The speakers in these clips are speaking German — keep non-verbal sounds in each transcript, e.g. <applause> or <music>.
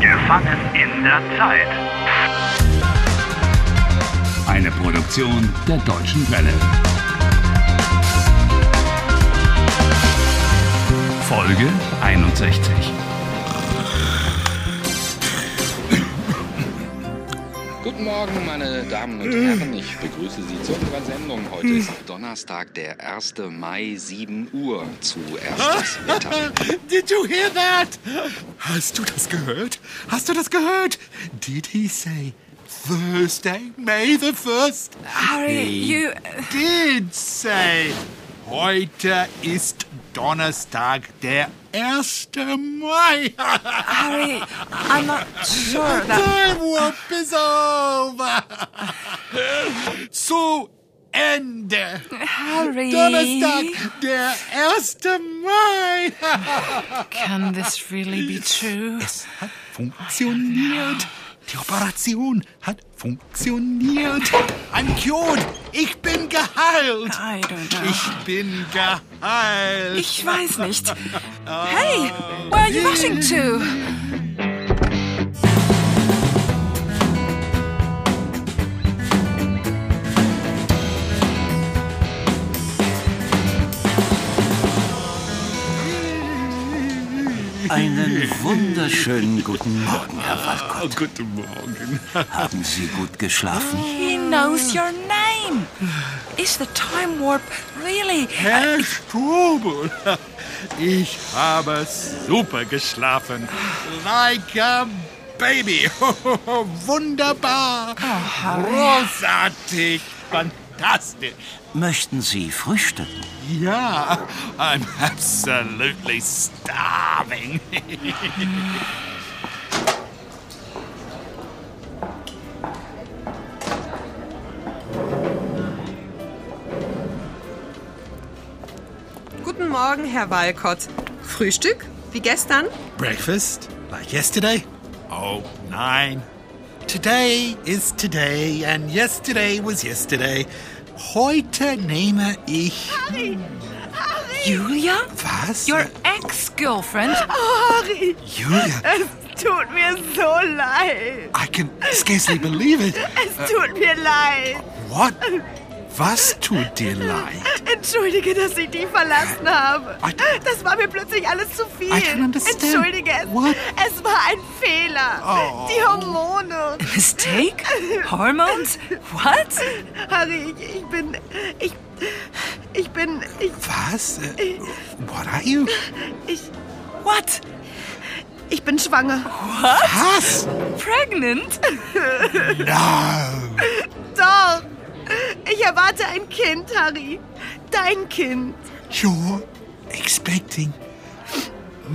Gefangen in der Zeit. Eine Produktion der Deutschen Welle. Folge 61. Guten Morgen, meine Damen und Herren. Ich begrüße Sie zur unserer Sendung. Heute ist Donnerstag, der 1. Mai, 7 Uhr. Zuerst das Wetter. Did you hear that? Hast du das gehört? Hast du das gehört? Did he say Thursday, May the 1st? Harry, you. Did say. Heute ist Donnerstag, der 1. Mai. Harry, I'm not sure <laughs> that. Time warp is over. Zu Ende. Harry. Donnerstag, der 1. Mai. Can this really be true? Es hat funktioniert. Die Operation hat funktioniert. I'm cured. Ich bin geheilt. I don't know. Ich bin geheilt. <laughs> Ich weiß nicht. Hey, where are you rushing to? Einen wunderschönen guten Morgen, Herr Walcott. Oh, guten Morgen. Haben Sie gut geschlafen? He knows your name. Is the time warp really? Herr Strobel, ich habe super geschlafen. Like a baby. <laughs> Wunderbar. Großartig. Fantastisch. Möchten Sie frühstücken? Yeah, I'm absolutely starving. Guten Morgen, Herr Walcott. Frühstück? Wie gestern? Breakfast? Like yesterday? Oh, nine. Today is today and yesterday was yesterday. Heute nehme ich. Julia? Was? Your ex <laughs> girlfriend? Julia, Tut mir so leid. I can scarcely believe it. Es Äh. tut mir leid. What? Was tut dir leid? Entschuldige, dass ich dich verlassen habe. I- Das war mir plötzlich alles zu viel. I don't understand. Entschuldige es. What? Es war ein Fehler. Oh. Die Hormone. Mistake? Hormones? What? Harry, ich, ich bin. Ich. Ich bin. Ich. Was? Äh, What are you? Ich, What? ich bin schwanger. Was? Pregnant? No. Doch. Ich erwarte ein Kind, Harry. Dein Kind. You're expecting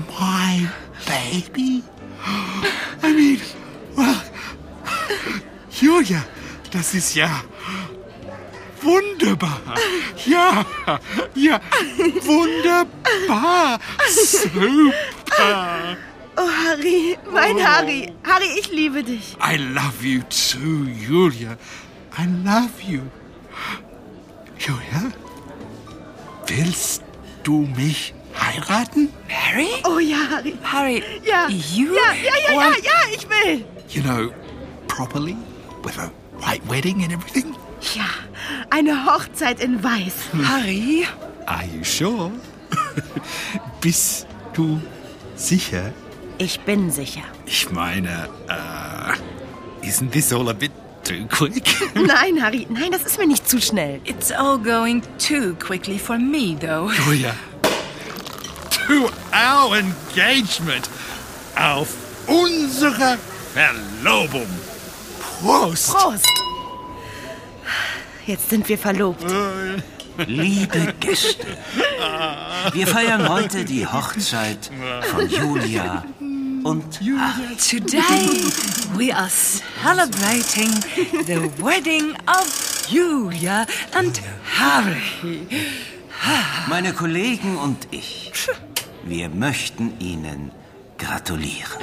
my baby? I mean, well, Julia, das ist ja wunderbar. Ja, ja, wunderbar. Super. Oh, Harry. Mein Oh. Harry. Harry, ich liebe dich. I love you too, Julia. I love you. Julia, willst du mich heiraten? Harry? Oh ja, Harry. Harry, Ja. you ja, ja, ja, ja, want ja, ich will. you know, properly with a white wedding and everything? Ja, eine Hochzeit in Weiß. Harry? Are you sure? <laughs> Bist du sicher? Ich bin sicher. Ich meine, uh, isn't this all a bit too quick? Nein, Harry, nein, das ist mir nicht zu schnell. It's all going too quickly for me, though. oh yeah. To our engagement. Auf unsere Verlobung. Prost! Prost! Jetzt sind wir verlobt. Liebe Gäste, wir feiern heute die Hochzeit von Julia und Harry. Today we are celebrating the wedding of Julia and Harry. Meine Kollegen und ich, wir möchten Ihnen gratulieren.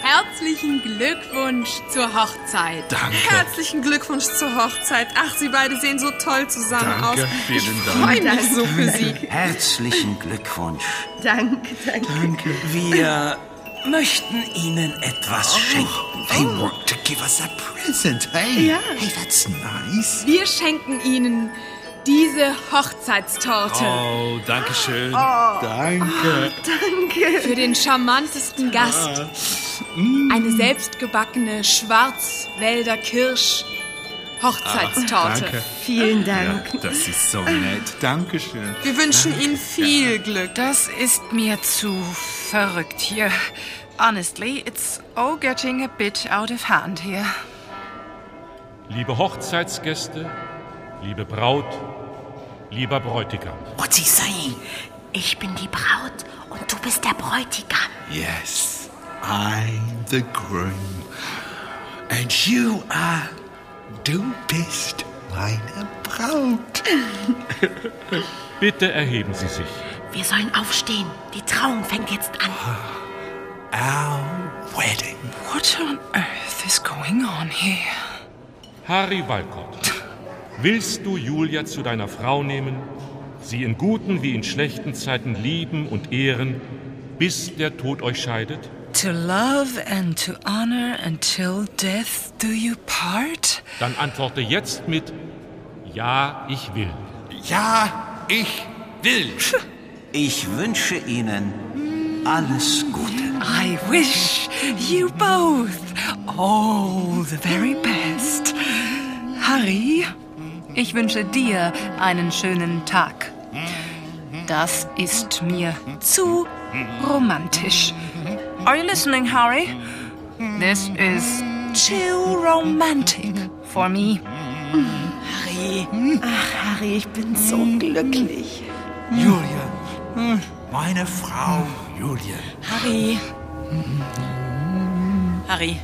Herzlichen Glückwunsch zur Hochzeit. Danke. Herzlichen Glückwunsch zur Hochzeit. Ach, Sie beide sehen so toll zusammen Danke, aus. vielen Ich Dank. freue mich so für Sie. Herzlichen Glückwunsch. Danke, danke. Wir möchten Ihnen etwas schenken. They want to give us a present, hey? Yeah. Hey, that's nice. Wir schenken Ihnen diese Hochzeitstorte Oh, danke schön. Danke. für den charmantesten Gast. Eine selbstgebackene Schwarzwälder Kirsch Hochzeitstorte. Ah, Danke. Vielen Dank. Das ist so nett. Dankeschön. Wir wünschen Ihnen viel Glück. Das ist mir zu verrückt hier. Honestly, it's all getting a bit out of hand here. Liebe Hochzeitsgäste, liebe Braut, lieber Bräutigam. What's he saying? Oh, Ich bin die Braut und du bist der Bräutigam. Yes, I'm the groom. And you are. Du bist meine Braut. Bitte erheben Sie sich. Wir sollen aufstehen. Die Trauung fängt jetzt an. Our wedding. What on earth is going on here? Harry Walcott, willst du Julia zu deiner Frau nehmen, sie in guten wie in schlechten Zeiten lieben und ehren, bis der Tod euch scheidet? To love and to honor until death do you part? Dann antworte jetzt mit Ja, ich will. Ja, ich will. Ich wünsche Ihnen alles Gute. I wish you both all the very best. Harry, ich wünsche dir einen schönen Tag. Das ist mir zu romantisch. Are you listening, Harry? This is too romantic for me. Harry, ich bin so glücklich. Julia. Meine Frau Julia. Harry. Harry.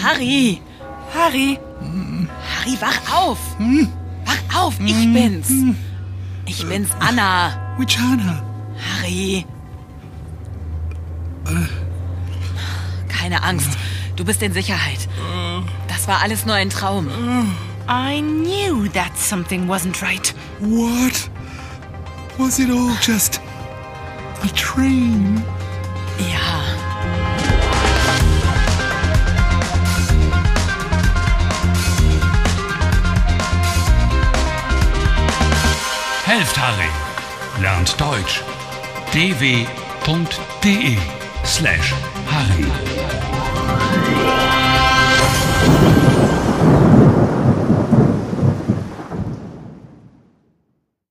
Harry. Harry, Harry, wach auf. Wach auf, ich bin's. Ich bin's, Anna. Which Anna? Harry. Keine Angst, du bist in Sicherheit. Das war alles nur ein Traum. I knew that something wasn't right. What? Was it all just a dream? Ja. Helft Harry. Lernt Deutsch. dw.de slash Harry.